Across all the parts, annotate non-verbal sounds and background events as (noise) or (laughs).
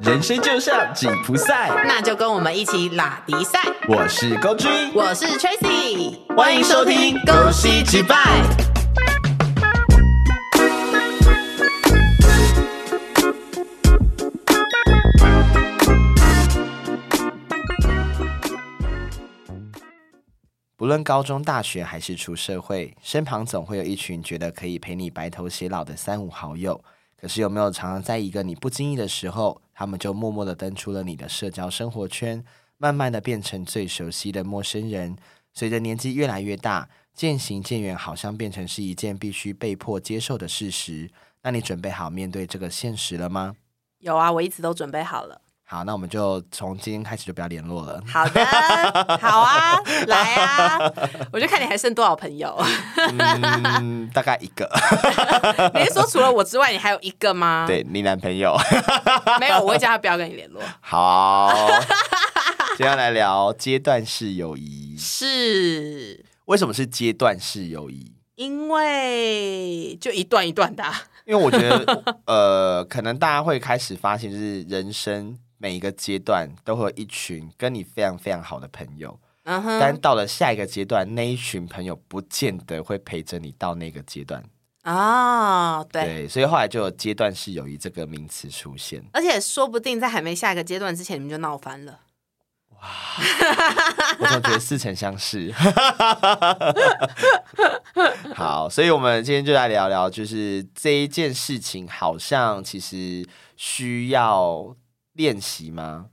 人生就像紧箍赛，那就跟我们一起拉迪赛。我是高君，我是 Tracy，欢迎收听《恭喜击败》。不论高中、大学还是出社会，身旁总会有一群觉得可以陪你白头偕老的三五好友。可是有没有常常在一个你不经意的时候，他们就默默的登出了你的社交生活圈，慢慢的变成最熟悉的陌生人？随着年纪越来越大，渐行渐远好像变成是一件必须被迫接受的事实。那你准备好面对这个现实了吗？有啊，我一直都准备好了。好，那我们就从今天开始就不要联络 (laughs) 了。好的，好啊，来啊！我就看你还剩多少朋 (laughs) 友。嗯，大概一个，你是说除了我之外，你还有一个吗？，对你男朋 (laughs) 友。没有，我会叫他不要跟你联络。好，接下来聊阶段式友谊。是为什么是阶段式友谊？因为就一段一段的啊、因为我觉得，呃，可能大家会开始发现，就是人生每一个阶段都会有一群跟你非常非常好的朋友，嗯哼，但到了下一个阶段，那一群朋友不见得会陪着你到那个阶段。啊、对。哦对，所以后来就有阶段式友谊这个名词出现。而且说不定在还没下一个阶段之前，你们就闹翻了。我总觉得似曾相识。 (laughs) 好，所以我们今天就来聊聊，就是这一件事情，好像其实需要练习吗？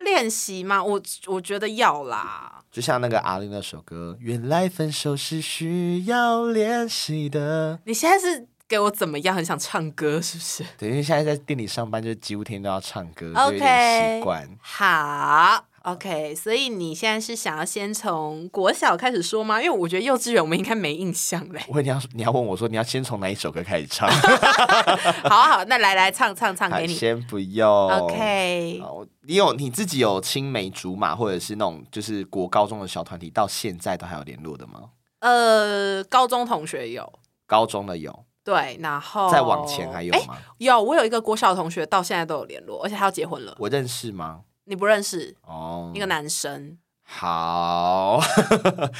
练习吗？我我觉得要啦。就像那个阿玲那首歌，原来分手是需要练习的。你现在是给我怎么样？很想唱歌是不是？对，因为现在在店里上班，就几乎天天都要唱歌就有点习惯。。(laughs) 好，OK。所以你现在是想要先从国小开始说吗？因为我觉得幼稚园我们应该没印象嘞 (laughs) 我问你要你要问我说，你要先从哪一首歌开始唱？好啊好，那来来唱唱唱给 (laughs) 你。先不用。 OK，哦，你有你自己有青梅竹马，或者是那种就是国高中的小团体，到现在都还有联络的吗？呃，高中同学有高中的有，对，然后再往前还有哦诶吗？有，我有一个国小同学到现在都有联络，而且他要结婚了。我认识吗？你不认识哦，一个 (laughs) 男生， (laughs) 好，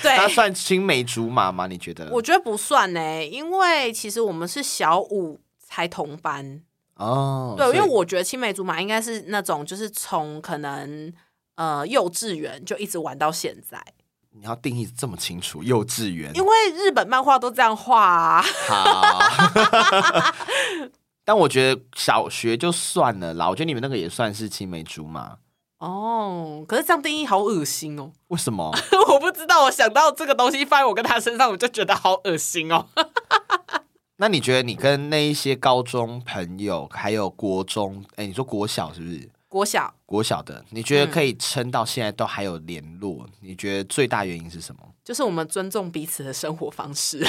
对，他算青梅竹马吗？你觉得？我觉得不算呢、因为其实我们是小五才同班，哦，对，因为所以我觉得青梅竹马应该是那种就是从可能呃幼稚园就一直玩到现在，你要定义这么清楚，幼稚园因为日本漫画都这样画啊， (laughs) 好。 (laughs) 但我觉得小学就算了啦，我觉得你们那个也算是青梅竹马。哦，可是这样定义好恶心哦，为什么？ (laughs) 我不知道，我想到这个东西放在我跟他身上，我就觉得好恶心哦。 (laughs) 那你觉得你跟那一些高中朋友，还有国中，哎、你说国小是不是？国小国小的，你觉得可以撑到现在都还有联络？你觉得最大原因是什么？就是我们尊重彼此的生活方 (laughs) 式，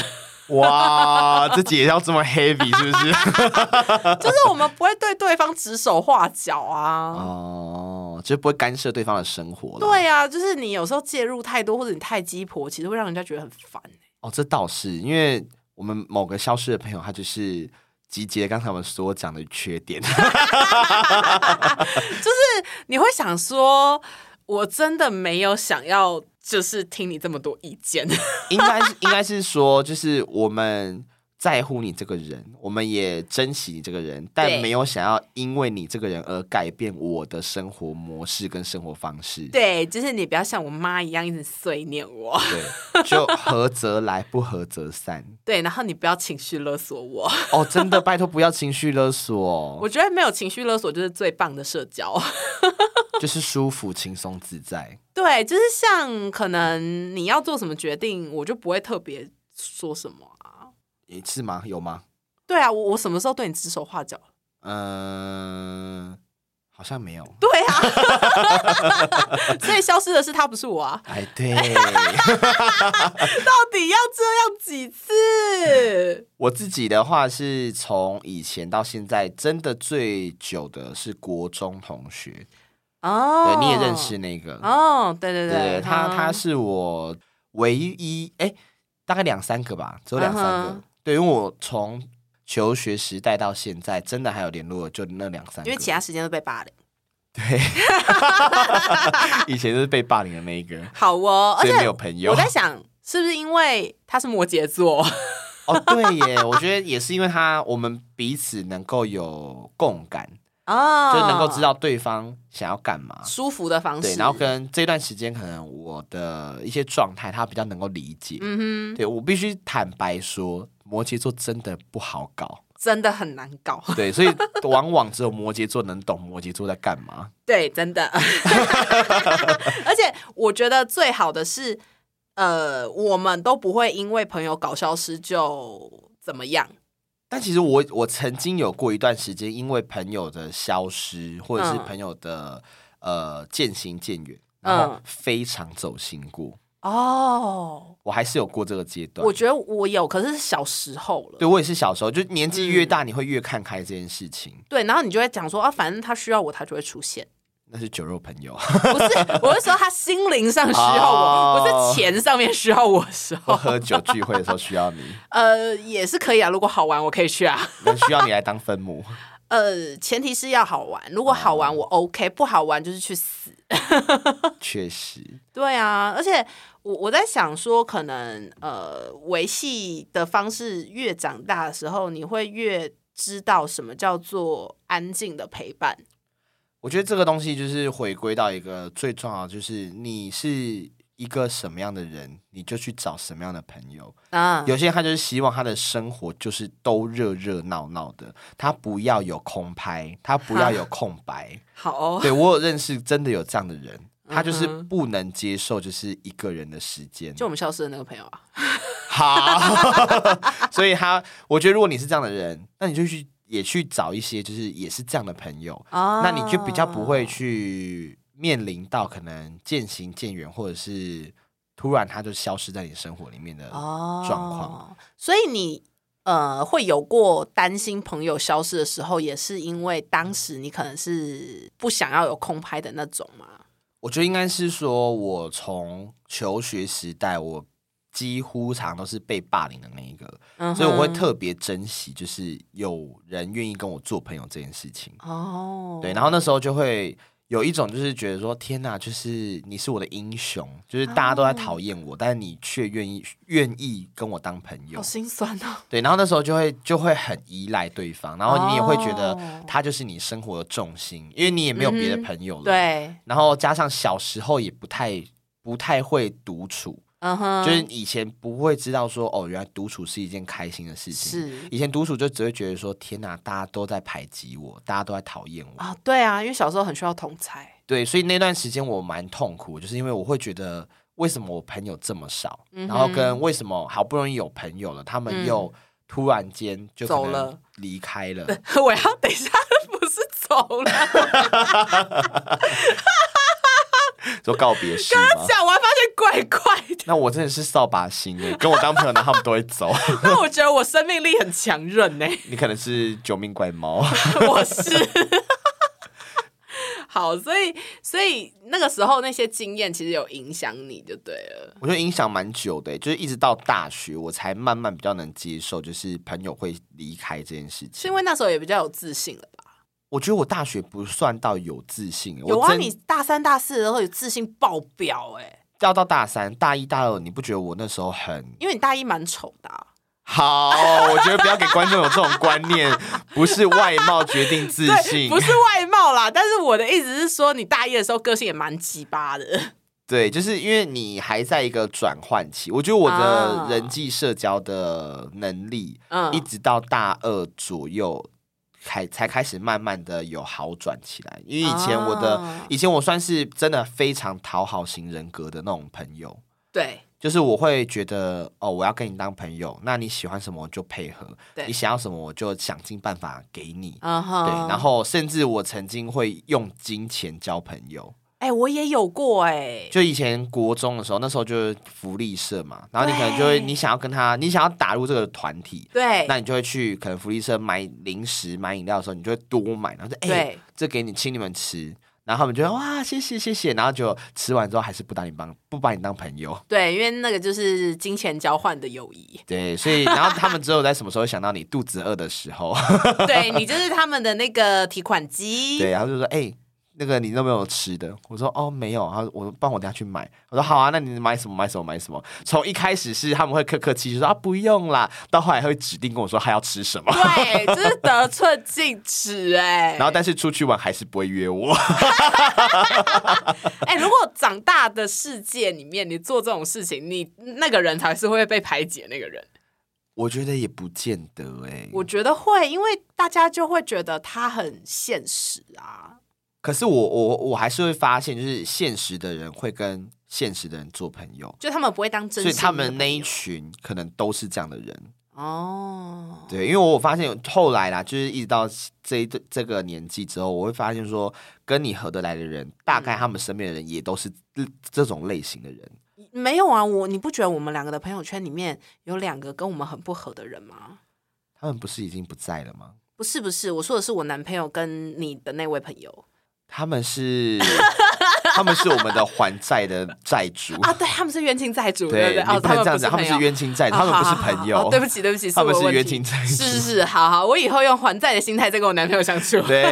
就哇，自己也要这么 heavy 是不是？是我们不会对对方指手画脚啊。 (laughs) 哦，就不会干涉对方的生活了。，对呀、就是你有时候介入太多，或者你太鸡婆，其实会让人家觉得很烦、哦，这倒是，因为我们某个消失的朋友，他就是集结刚才我们所讲的缺点。 (laughs) 你会想说，我真的没有想要，就是听你这么多意见。 (laughs) 应该是应该是说，就是我们在乎你这个人，我们也珍惜你这个人，但对没有想要因为你这个人而改变我的生活模式跟生活方式。对，就是你不要像我妈一样一直碎念我，对，就合则来，不合则散。对，然后你不要情绪勒索我。哦，真的，拜托不要情绪勒索，我觉得没有情绪勒索就是最棒的社交。 (laughs) 就是舒服、轻松、自在。对，就是像可能你要做什么决定，我就不会特别说什么啊。诶是吗？有吗？对啊，我我什么时候对你指手画脚？嗯、好像没有。 (laughs) 对啊， (laughs) 所以消失的是他，不是我啊。哎，对到底要这样几次？ (laughs) 我自己的话，是从以前到现在，真的最久的是国中同学。哦对，你也认识那个，哦，对对嗯对对，他他嗯是我唯一哎，大概两三个吧，只有两三个。嗯哼对，因为我从求学时代到现在，真的还有联络，就那两三个。因为其他时间都被霸凌。对，以前就是被霸凌的那一个，好哦，而所以且没有朋友我。在想，是不是因为他是摩羯座？ (laughs) 哦，对耶，我觉得也是因为他，我们彼此能够有共感，哦，就是能够知道对方想要干嘛。舒服的方式。对，然后跟这段时间可能我的一些状态，他比较能够理解。嗯哼，对我必须坦白说，摩羯座真的不好搞。真的很难搞。 (laughs) 对，所以往往只有摩羯座能懂摩羯座在干嘛。对，真的。 (laughs) 而且我觉得最好的是，呃，我们都不会因为朋友搞消失就怎么样。但其实我我曾经有过一段时间，因为朋友的消失，或者是嗯朋友的、呃渐行渐远，然后嗯非常走心过。哦，我还是有过这个阶段我。觉得我有，可是是小时候了。对我也是小时候，就年纪嗯越大，你会越看开这件事情。对，然后你就会讲说啊，反正他需要我，他就会出现。那是酒肉朋 (laughs) 友，不是，我是说他心灵上需要我，哦不是钱上面需要我的时我候。喝酒聚会的时候需要你，呃，也是可以啊，如果好玩我可以去啊。能需要你来当分母。 (laughs) 呃，前提是要好玩，如果好玩我 OK，不好玩就是去死。确实，对啊，而且我我在想说，可能呃，维系的方式越长大的时候，你会越知道什么叫做安静的陪伴。我觉得这个东西就是回归到一个最重要的，就是你是一个什么样的人，你就去找什么样的朋友。啊，有些人他就是希望他的生活就是都热热闹闹的，他不要有空拍，他不要有空白。好哦，对我有认识真的有这样的人，他就是嗯哼不能接受就是一个人的时间。就我们消失的那个朋友啊，好，所以他我觉得如果你是这样的人，那你就去也去找一些就是也是这样的朋友，啊那你就比较不哦会去面临到可能渐行渐远，或者是突然他就消失在你生活里面的。哦状况，所以你。呃，会有过担心朋友消失的时候，也是因为当时你可能是不想要有空拍的那种嘛？我觉得应该是说，我从求学时代，我几乎常都是被霸凌的那一个，嗯哼所以我会特别珍惜，就是有人愿意跟我做朋友这件事情。哦，对，然后那时候就会有一种就是觉得说，天哪，就是你是我的英雄，就是大家都在讨厌我，但是你却愿意愿意跟我当朋友好。心酸哦。对，然后那时候就会就会很依赖对方，然后你也会觉得哦他就是你生活的重心，因为你也没有别的嗯哼朋友了。。对，然后加上小时候也不太不太会独处，嗯哼，就是以前不会知道说哦，原来独处是一件开心的事情。是以前独处就只会觉得说天哪，大家都在排挤我，大家都在讨厌我。啊，对啊，因为小时候很需要同才， (laughs) 对，所以那段时间我蛮痛苦，就是因为我会觉得为什么我朋友这么少，嗯然哼后跟为什么好不容易有朋友了，他们嗯又突然间就走可能了离开 (laughs) 了。我要等一下，不是走 (laughs) 了，做告别式吗？讲完发现怪怪的，那我真的是扫把星耶，跟我当朋友的他们都会 (laughs) 走，但我觉得我生命力很强韧欸呢、你可能是救命怪猫。 (laughs) 我是。好，所以所以那个时候那些经验其实有影响你就对了，我觉得影响蛮久的耶，欸就是一直到大学我才慢慢比较能接受，就是朋友会离开这件事是情因。为那时候也比较有自信了吧？我觉得我大学不算到有自信耶，欸有我啊，真你大三大四的时候有自信爆表哎、要到大三、大一、大二，你不觉得我那时候很因为你大一蛮丑的啊、好，我觉得不要给观众有这种观念，不是外貌决定自信，不是外貌啦， (laughs) 但是我的意思是说，你大一的时候个性也蛮鸡巴的。 (laughs) 对，就是因为你还在一个转换期。我觉得我的啊人际社交的能力，嗯一直到大二左右。开才开始慢慢的有好转起来，因为以前我的、啊以前我算是真的非常讨好型人格的那种朋友，对，就是我会觉得哦，我要跟你当朋友，那你喜欢什么我就配合，对你想要什么我就想尽办法给你，嗯哼对，然后甚至我曾经会用金钱交朋友，哎、我也有过哎、就以前国中的时候，那时候就是福利社嘛，然后你可能就会对你想要跟他，你想要打入这个团体，对那你就会去可能福利社买零食、买饮料的时候，你就会多买，然后就哎、对这给你请你们吃，然后他们就会哇谢谢谢谢，然后就吃完之后还是不把你当不把你当朋友。，对，因为那个就是金钱交换的友谊 (laughs) 对，所以然后他们只有在什么时候想到你肚子饿的时候，对你就是他们的那个提款机。对，然后就说哎、那个你都没有吃的？我说哦没有，他说我帮我等下去买。我说好啊，那你买什么买什么买什么？从一开始是他们会客客气气说啊不用啦，到后来会指定跟我说还要吃什么，对，这是得寸进尺哎、 (laughs) 然后但是出去玩还是不会约我。哎、如果长大的世界里面你做这种事情，你那个人才是会被排挤的那个人。嗯我觉得也不见得哎、我觉得会，因为大家就会觉得他很现实啊。可是我我我还是会发现，就是现实的人会跟现实的人做朋友，就他们不会当真所心以的他们那朋一友群可能都是这样的人。哦，对，因为我发现后来啦，就是一直到这一这个年纪之后，我会发现说，跟你合得来的人，大嗯概他们身边的人也都是这这种类型的人。没有啊，我你不觉得我们两个的朋友圈里面有两个跟我们很不合的人吗？他们不是已经不在了吗？不是不是，我说的是我男朋友跟你的那位 (laughs) 朋友他们 (laughs) 是，他们是我们的还债的债主。啊，对，他们是冤亲债主，对不对，对？哦你，不能这样子，他他们们是不朋友冤亲债主，啊他们不是好好好朋好友。对不起，对不起，他们我是问题冤亲债 (laughs) 主是是是，好好，我以后用还债的心态再跟我男朋友相处。对，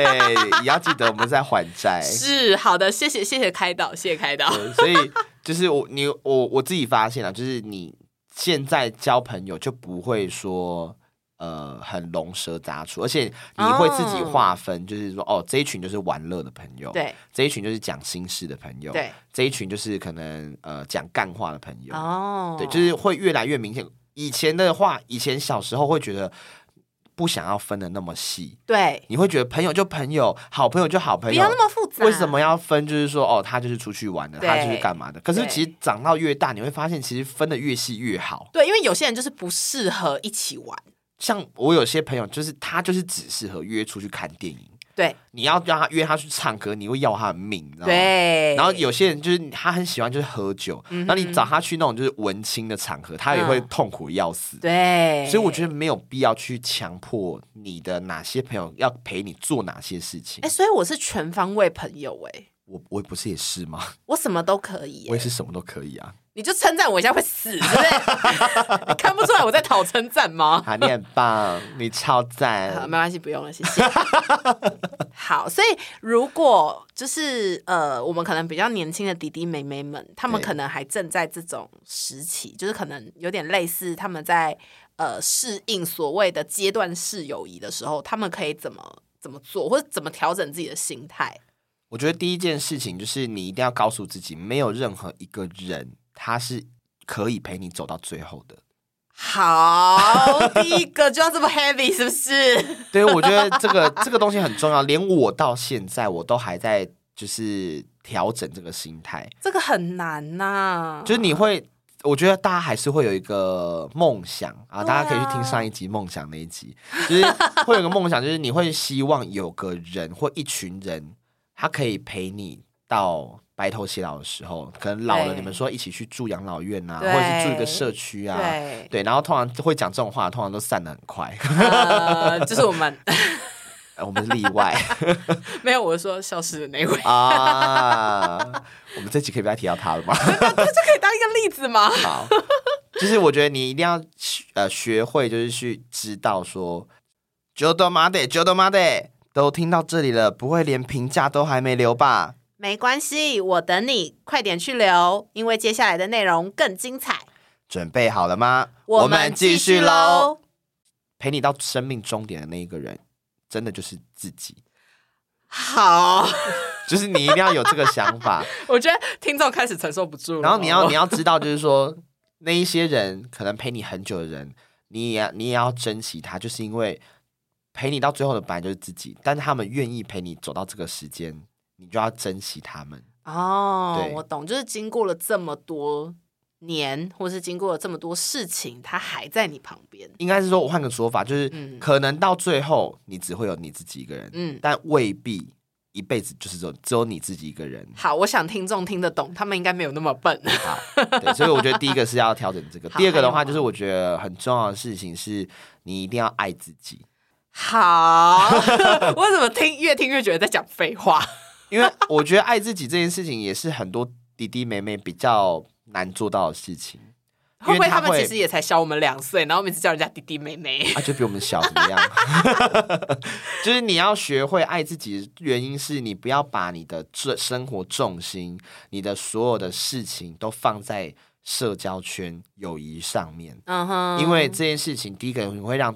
也要记得我们在还债。是好的，谢谢谢谢开导，谢谢开导。对 (laughs) 所以就是我你我我自己发现了，啊就是你现在交朋友就不会说呃很龙蛇杂处，而且你会自己划分，就是说哦这一群就是玩乐的朋友，，哦对这一群就是讲心事的朋友，，对这一群就是可能呃讲干话的朋友，哦，对，就是会越来越明显。以前的话，以前小时候会觉得不想要分的那么细，对，你会觉得朋友就朋友，好朋友就好朋不友，要那么复杂。为什么要分？就是说，哦，他就是出去玩的，对他就是干嘛的。可是对其实长到越大，你会发现，其实分的越细越好。对，因为有些人就是不适合一起玩。像我有些朋友，就是他就是只适合约出去看电影。对你要让他约他去唱歌，你会要他的命，你知道吗？。对，然后有些人就是他很喜欢就是喝酒，嗯然哼后你找他去那种就是文青的场合，他也会嗯痛苦得要死。对，所以我觉得没有必要去强迫你的哪些朋友要陪你做哪些事情哎、。所以我是全方位朋友哎、我我不是也是吗？我什么都可以、我也欸，是什么都可以啊。你就称赞我一下会死，是不是？ (laughs) 你看不出来我在讨称赞吗？好，你很棒，你超好，赞。没关系，不用了，谢谢。 (laughs) 好，所以如果就是呃，我们可能比较年轻的弟弟妹妹们，他们对可能还正在这种时期，就是可能有点类似他们在呃适应所谓的阶段式友谊的时候，他们可以怎么怎么做，或者怎么调整自己的 (laughs) 心态？我觉得第一件事情就是你一定要告诉自己，没有任何一个人他是可以陪你走到最后的。好，第一个就要这么 heavy 是不是？对，我觉得这个这个东西很重要，连我到现在我都还在就是调整这个心态，这个很难呐、就是你会。我觉得大家还是会有一个梦想啊，对大啊家可以去听上一集梦想那一集，就是会有一个梦想，就是你会希望有个人或一群人，他可以陪你到白头偕老的时候，可能老了，对你们说一起去住养老院啊，或对者是住一个社区啊，对，对，然后通常会讲这种话，通常都散的很快，呃，就是我们 (laughs) 我们是例外没有，我是说消失的那一位，啊。我们这集可以不要提到他了吗？ (laughs) 这就可以当一个例子吗？好，就是我觉得你一定要学呃学会，就是去知道说 j o d o m a d e j o d o m a d e 都听到这里了，不会连评价都还没留吧？没关系，我等你，快点去留，因为接下来的内容更精彩。准备好了吗？我们继续喽。。陪你到生命终点的那一个人，真的就是自己，好，就是你一定要有这个想法。 (laughs) 我觉得听众开始承受不住了。然后你要你要知道，就是说那一些人可能陪你很久的人，你也你也要珍惜他，就是因为陪你到最后的本来就是自己，但是他们愿意陪你走到这个时间，你就要珍惜他们。 (laughs) 哦，对我懂，就是经过了这么多年，或是经过了这么多事情，他还在你旁边。应该是说，我换个说法，就是、嗯可能到最后你只会有你自己一个人，嗯，。但未必一辈子就是只有只有你自己一个人好，我想听众听得懂，他们应该没有那么笨。好，对，所以我觉得第一个是要调整这个， (laughs) 好第二个的还话有吗就是我觉得很重要的事情是，你一定要爱自己。 (laughs) 好，我怎么听越听越觉得在讲废话？因为我觉得爱自己这件事情也是很多弟弟妹妹比较难做到的事情。因为会不会他他们会其实也才小我们两岁，然后每次叫人家弟弟妹妹？啊，就比我们小怎么样？ (laughs) 就是你要学会爱自己，原因是你不要把你的这生活重心、你的所有的事情都放在社交圈、友谊上面，嗯哼，因为这件事情，第一个你会让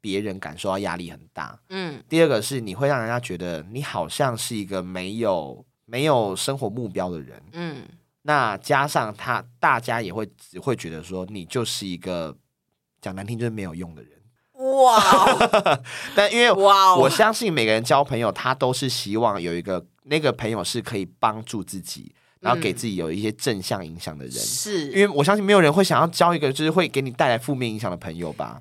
别人感受到压力很大，嗯第二个是你会让人家觉得你好像是一个没有没有生活目标的人。嗯那加上他，大家也会只会觉得说你就是一个讲难听就是没有用的人。 (laughs) 哇但因为哇我哦，相信每个人交朋友，他都是希望有一个那个朋友是可以帮助自己，然后给自己有一些正向影响的人。因嗯是为我相信没有人会想要交一个就是会给你带来负面影响的朋友吧。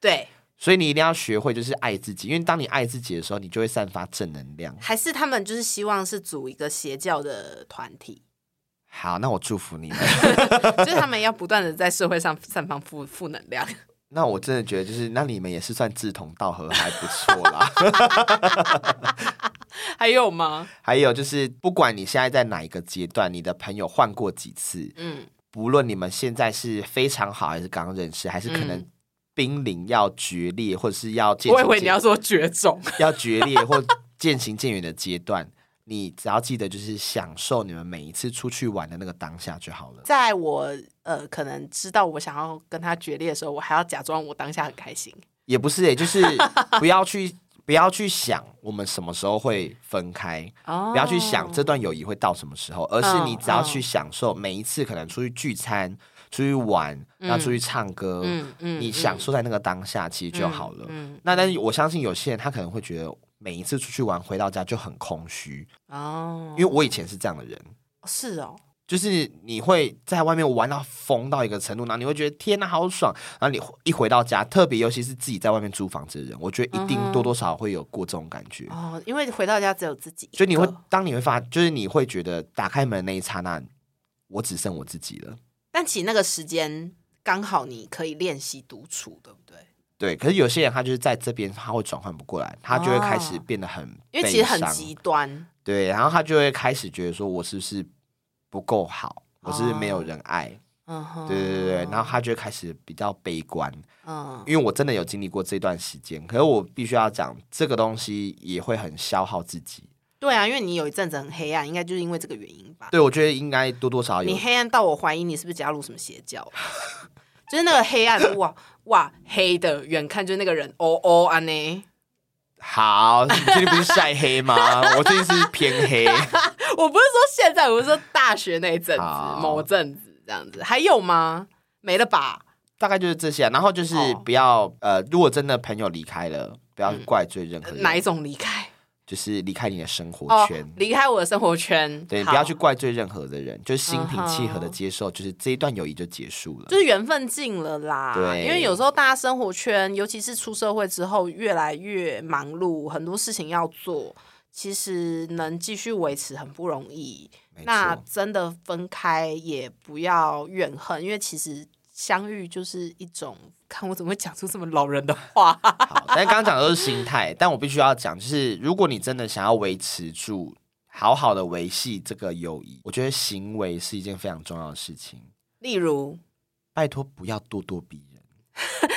对，所以你一定要学会就是爱自己，因为当你爱自己的时候，你就会散发正能量。还是他们就是希望是组一个邪教的团体， (laughs) 好，那我祝福你们。 (laughs) 就是他们要不断的在社会上散发负负能量。 (laughs) 那我真的觉得就是那你们也是算志同道合，还不错啦。还有吗？还有就是，不管你现在在哪一个阶段，你的朋友换过几次，嗯不论你们现在是非常好，还是刚认识，还是可能嗯濒临要决裂，或者是要渐我以行为渐你要说绝种。 (laughs) 要决裂或渐行渐远的阶段，你只要记得就是享受你们每一次出去玩的那个当下就好了。在我呃可能知道我想要跟他决裂的时候，我还要假装我当下很开心。也不是、欸，就是不要去不要去想我们什么时候会分开，哦不要去想这段友谊会到什么时候，而是嗯你只要去享受每一次可能出去聚餐、出去玩，然后出去唱歌，嗯嗯你享受在那个当下其实就好了。嗯，那但是我相信有些人他可能会觉得每一次出去玩回到家就很空虚，哦，因为我以前是这样的人。是哦，就是你会在外面玩到疯到一个程度，然后你会觉得天哪好爽，然后你一回到家，特别尤其是自己在外面租房子的人，我觉得一嗯定多多少少会有过这种感觉。哦，因为回到家只有自己一个，所以你会，当你会发，就是你会觉得打开门那一刹那，我只剩我自己了。但其实那个时间刚好你可以练习独处，对不对？对，可是有些人他就是在这边他会转换不过来，他就会开始哦变得很因为悲其实很伤极端，对，然后他就会开始觉得说我是不是不够好，我是不是没哦有人爱，嗯哼，对对对对，然后他就会开始比较悲观。嗯因为我真的有经历过这段时间，可是我必须要讲，这个东西也会很消耗自己。对啊，因为你有一阵子很黑暗，应该就是因为这个原因吧？对，我觉得应该多多少少有你。黑暗到我怀疑你是不是加入什么邪教， (laughs) 就是那个黑暗，哇哇黑的，远看就是那个人哦哦啊呢， (laughs) 好，你最近不是晒黑吗？我最近是偏黑。我不是说现在，我是说大学那一阵子好某阵子这样子，还有吗？没了吧？大概就是这些啊、然后就是哦嗯不要、呃，如果真的朋友离开了，不要去怪罪任何人，哪一种离开？就是离开你的呃生活哦圈。，离开我的生活圈，对，好不要去，怪罪任何的人，就是心平气和的嗯哼接受，就是这一段友谊就结束了就。是缘分尽了啦。对因为有时候大家生活圈，尤其是出社会之后，越来越忙碌，很多事情要做，其实能继续维持很不容易。没那错，真的分开也不要怨恨，因为其实相遇就是一种。看我怎么会讲出这么老人的 (laughs) 话？好，但是刚刚讲的都是心态，但我必须要讲，就是如果你真的想要维持住，好好的维系这个友谊，我觉得行为是一件非常重要的事情。例如，拜托不要咄咄逼 (laughs) 人，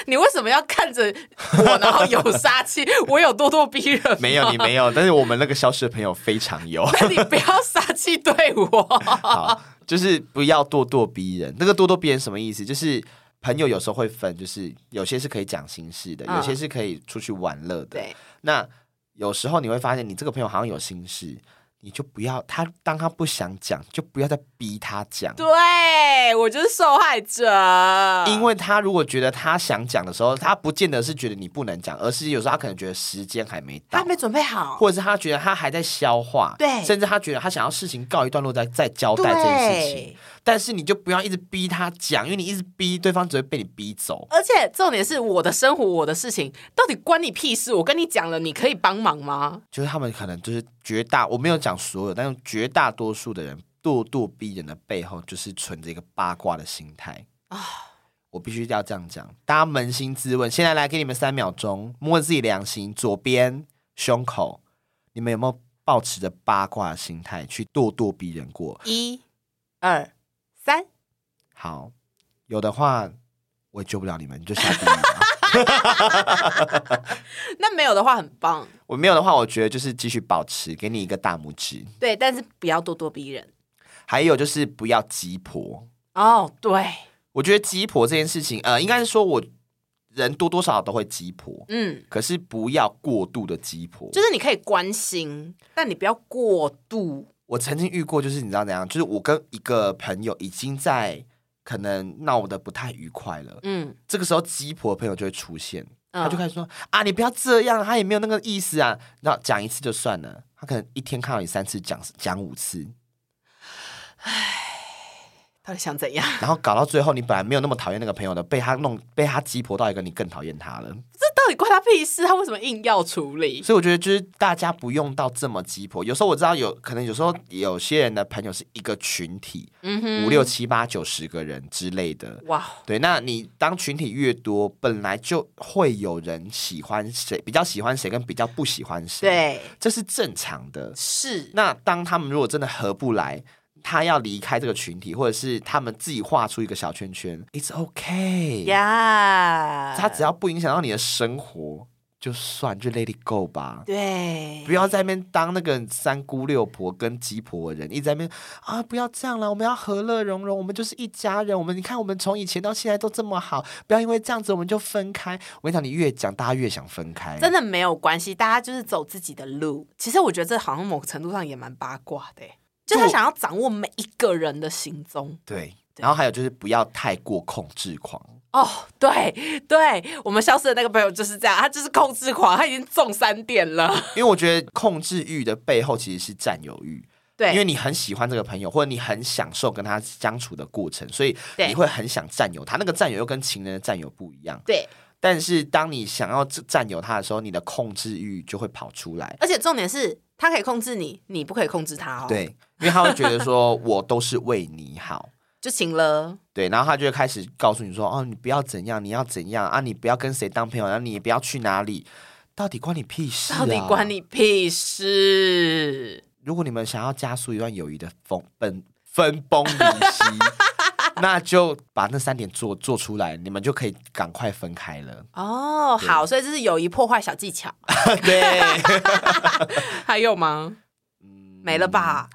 你为什么要看着我，然后有杀气？我有咄咄逼人吗 (laughs) 没有你没有，但是我们那个消失的朋友非常有，你不要杀气对我。好，就是不要咄咄逼人。那个咄咄逼人什么意思？就是朋友有时候会分，就是有些是可以讲心事的，嗯有些是可以出去玩乐的。对，那有时候你会发现，你这个朋友好像有心事，你就不要他，当他不想讲，就不要再逼他讲。对我就是受害者，因为他如果觉得他想讲的时候，他不见得是觉得你不能讲，而是有时候他可能觉得时间还没他到，没准备好。或者是他觉得他还在消化，对甚至他觉得他想要事情告一段落再再交代这件事情。对，但是你就不要一直逼他讲，因为你一直逼对方，只会被你逼走。而且重点是我的生活，我的事情到底关你屁事？我跟你讲了，你可以帮忙吗？就是他们可能就是绝大，我没有讲所有，但是绝大多数的人咄咄逼人的背后，就是存着一个八卦的心态啊啊。我必须要这样讲，大家扪心自问，现在来给你们三秒钟，摸自己良心，左边胸口，你们有没有抱持着八卦的心态去咄咄逼人过？一、二、三，好，有的话，我也救不了你们，你就下地狱吧。那没有的话很棒，我没有的话，我觉得就是继续保持，给你一个大拇指。对，但是不要咄咄逼人。还有就是不要鸡婆，哦，对，我觉得鸡婆这件事情，呃，应该是说我人多多少少都会鸡婆，嗯，可是不要过度的鸡婆。就是你可以关心，但你不要过度。我曾经遇过，就是你知道怎样，就是我跟一个朋友已经在可能闹得不太愉快了，嗯，这个时候鸡婆的朋友就会出现，嗯他就开始说啊，你不要这样，他也没有那个意思啊。那讲一次就算了，他可能一天看到你三次，讲讲五次，到底想怎样？ (laughs) 然后搞到最后，你本来没有那么讨厌那个朋友的，被他弄被他鸡婆到一个你更讨厌他了。这到底关他屁事？他为什么硬要处理？所以我觉得就是大家不用到这么鸡婆。有时候我知道有可能有时候有些人的朋友是一个群体，嗯五六七八九十个人之类的。哇，对，那你当群体越多，本来就会有人喜欢谁，比较喜欢谁跟比较不喜欢谁，，对，这是正常的。是，那当他们如果真的合不来，他要离开这个群体，或者是他们自己画出一个小圈圈，it's okay。呀，他只要不影响到你的生活，就算就 let it go 吧。对，不要在那边当那个三姑六婆跟鸡婆的人，一直在那边啊，不要这样了，我们要和乐融融，我们就是一家人。我们你看，我们从以前到现在都这么好，不要因为这样子我们就分开。我跟你讲，你越讲，大家越想分开。真的没有关系，大家就是走自己的路。其实我觉得这好像某个程度上也蛮八卦的欸，就就哦他我想要掌握每一个人的行踪。对。然后还有就是不要太过控制狂，哦，对对，我们消失的那个朋友就是这样，他就是控制狂，他已经中三点了。因为我觉得控制欲的背后其实是占有欲。因为对，你很喜欢这个朋友，或者你很享受跟他相处的过程，所以对你会很想占有他。那个占有又跟情人的占有不一样。对，但是当你想要占占有他的时候，你的控制欲就会跑出来。而且重点是他可以控制你，你不可以控制他哦。，对，因为他会觉得说我都是为你好。就请了。对，然后他就会开始告诉你说：“哦，你不要怎样，你要怎样啊，你不要跟谁当朋友，然后你也不要去哪里，到底关你屁事、啊？到底关？你屁事？如果你们想要加速一段友谊的风分分崩离 (laughs) 析，那就把那三点做做出来，你们就可以赶快分开 (laughs) 了。哦，对好，所以这是友谊破坏小技巧， (laughs) 对，还有吗？嗯没了吧？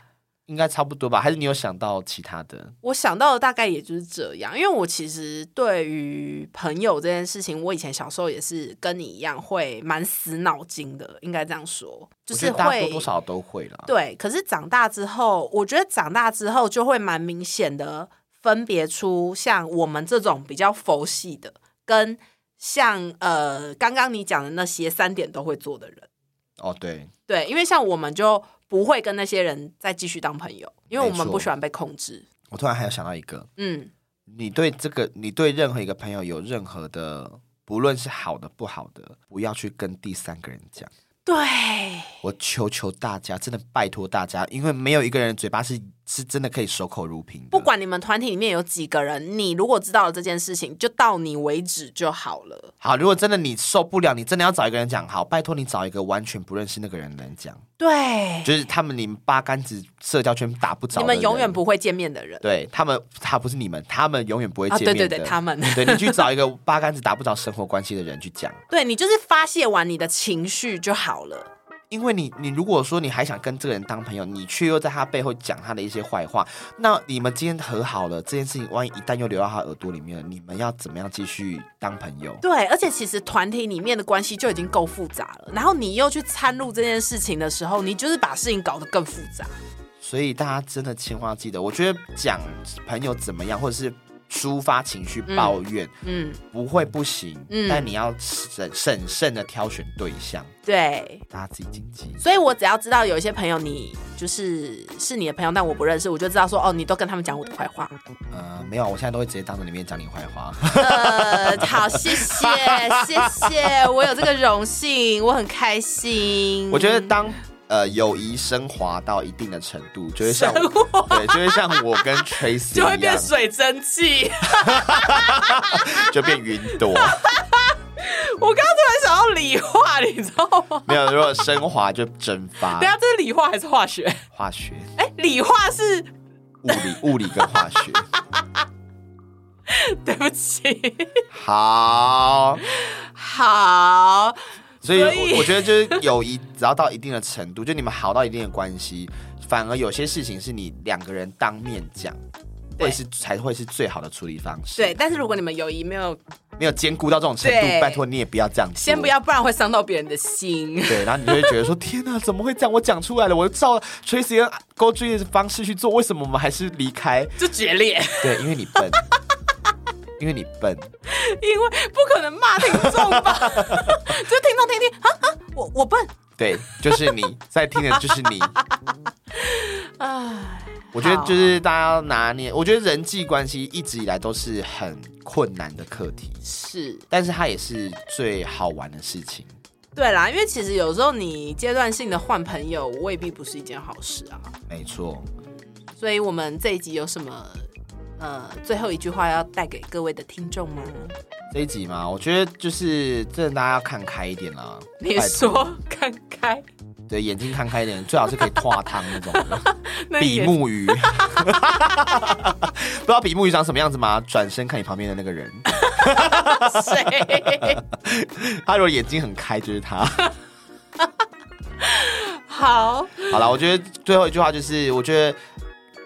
应该差不多吧？还是你有想到其他的？我想到的大概也就是这样，因为我其实对于朋友这件事情，我以前小时候也是跟你一样，会蛮死脑筋的，应该这样说，就我是觉得大家会多多少少都会啦。对。可是长大之后，我觉得长大之后就会蛮明显的分别出像我们这种比较佛系的，跟像呃刚刚你讲的那些三点都会做的人。哦，对，对，因为像我们就不会跟那些人再继续当朋友，因为我没们错不喜欢被控制。我突然还有想到一个，嗯，你对这个，你对任何一个朋友有任何的，不论是好的不好的，不要去跟第三个人讲。对，我求求大家，真的拜托大家，因为没有一个人的嘴巴是是真的可以守口如瓶的。不管你们团体里面有几个人，你如果知道了这件事情，就到你为止就好了。好，如果真的你受不了，你真的要找一个人讲，好，拜托你找一个完全不认识那个人的人讲，对，就是他们你们八竿子社交圈打不着，你们永远。不会见面的人对他们，他不是你们，他们永远不会啊，见面的。对对对，他们，对你去找一个八竿子打不着生活关系的人去讲，对你就是发泄完你的情绪就好了。因为你你如果说你还想跟这个人当朋友，你却又在他背后讲他的一些坏话，那你们今天和好了，这件事情万一一旦又流到他耳朵里面了，你们要怎么样继续当朋友？对，而且其实团体里面的关系就已经够复杂了，然后你又去掺入这件事情的时候，你就是把事情搞得更复杂。所以大家真的千万要记得，我觉得讲朋友怎么样，或者是抒发情绪、抱怨，嗯，不会不行，嗯但你要审审慎的挑选对象，对，大家自己谨记。所以我只要知道有一些朋友你就是是你的朋友，但我不认识，我就知道说哦，你都跟他们讲我的坏话。呃，没有，我现在都会直接当着你面讲你坏话。呃，好，谢谢谢谢，我有这个荣幸，我很开 (laughs) 心。我觉得当呃友谊升华到一定的程度，就会像 (laughs) 我对，就会像我跟 Tracy 就会一变样，水蒸气。 (laughs) 就变云朵。我刚刚突然想到理化，你知道吗？没有，如果升华就蒸发等一。下这是理化还是化学？化学、哎、理化是物理、物理跟化学，对不起，好，好，所以所以我我觉得就是友谊，只要到一定的程度，就你们好到一定的关系，反而有些事情是你两个人当面讲，对会是才会是最好的处理方式。对，，但是如果你们友谊没有，没有兼顾到这种程度，对拜托你也不要这样做。先不。要，不然会伤到别人的心。对，然后你就会觉得说：“天哪，怎么会这样？我讲出来了，我照 Tracy 跟 Go d r e 的方式去做，为什么我们还是离开就决裂，？”对，因为你笨， (laughs) 因为你笨。因为不可能骂听众吧？ (laughs) 就听众听听啊啊，我我笨，对，就是你在听的，就是你。唉，我觉得好就是大家要拿捏，我觉得人际关系一直以来都是很困难的课题，是但是它也是最好玩的事情。对啦，因为其实有时候你阶段性的换朋友，未必不是一件好事啊。没错，所以我们这一集有什么呃最后一句话要带给各位的听众吗？这一集嘛，我觉得就是真的大家要看开一点啦。你拜托说 (laughs) 看开，对，眼睛看开一点，最好是可以化汤那 (laughs) 种的那比也目鱼。 (laughs) 不知道比目鱼长什么样子吗？转身看你旁边的那个人，谁？他如果眼睛很开，就是他。 (laughs) 好，好了，我觉得最后一句话就是，我觉得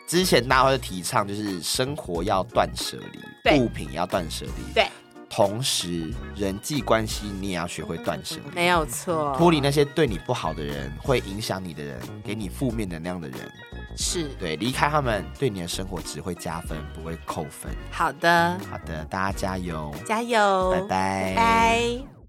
之前大家会提倡就是生活要断舍离，对物品也要断舍离，对，同时人际关系你也要学会断舍离，没有错，脱离那些对你不好的人，会影响你的人，给你负面能量的人，是对，离开他们对你的生活只会加分，不会扣分。好的，好的，大家加油，加油，拜拜拜拜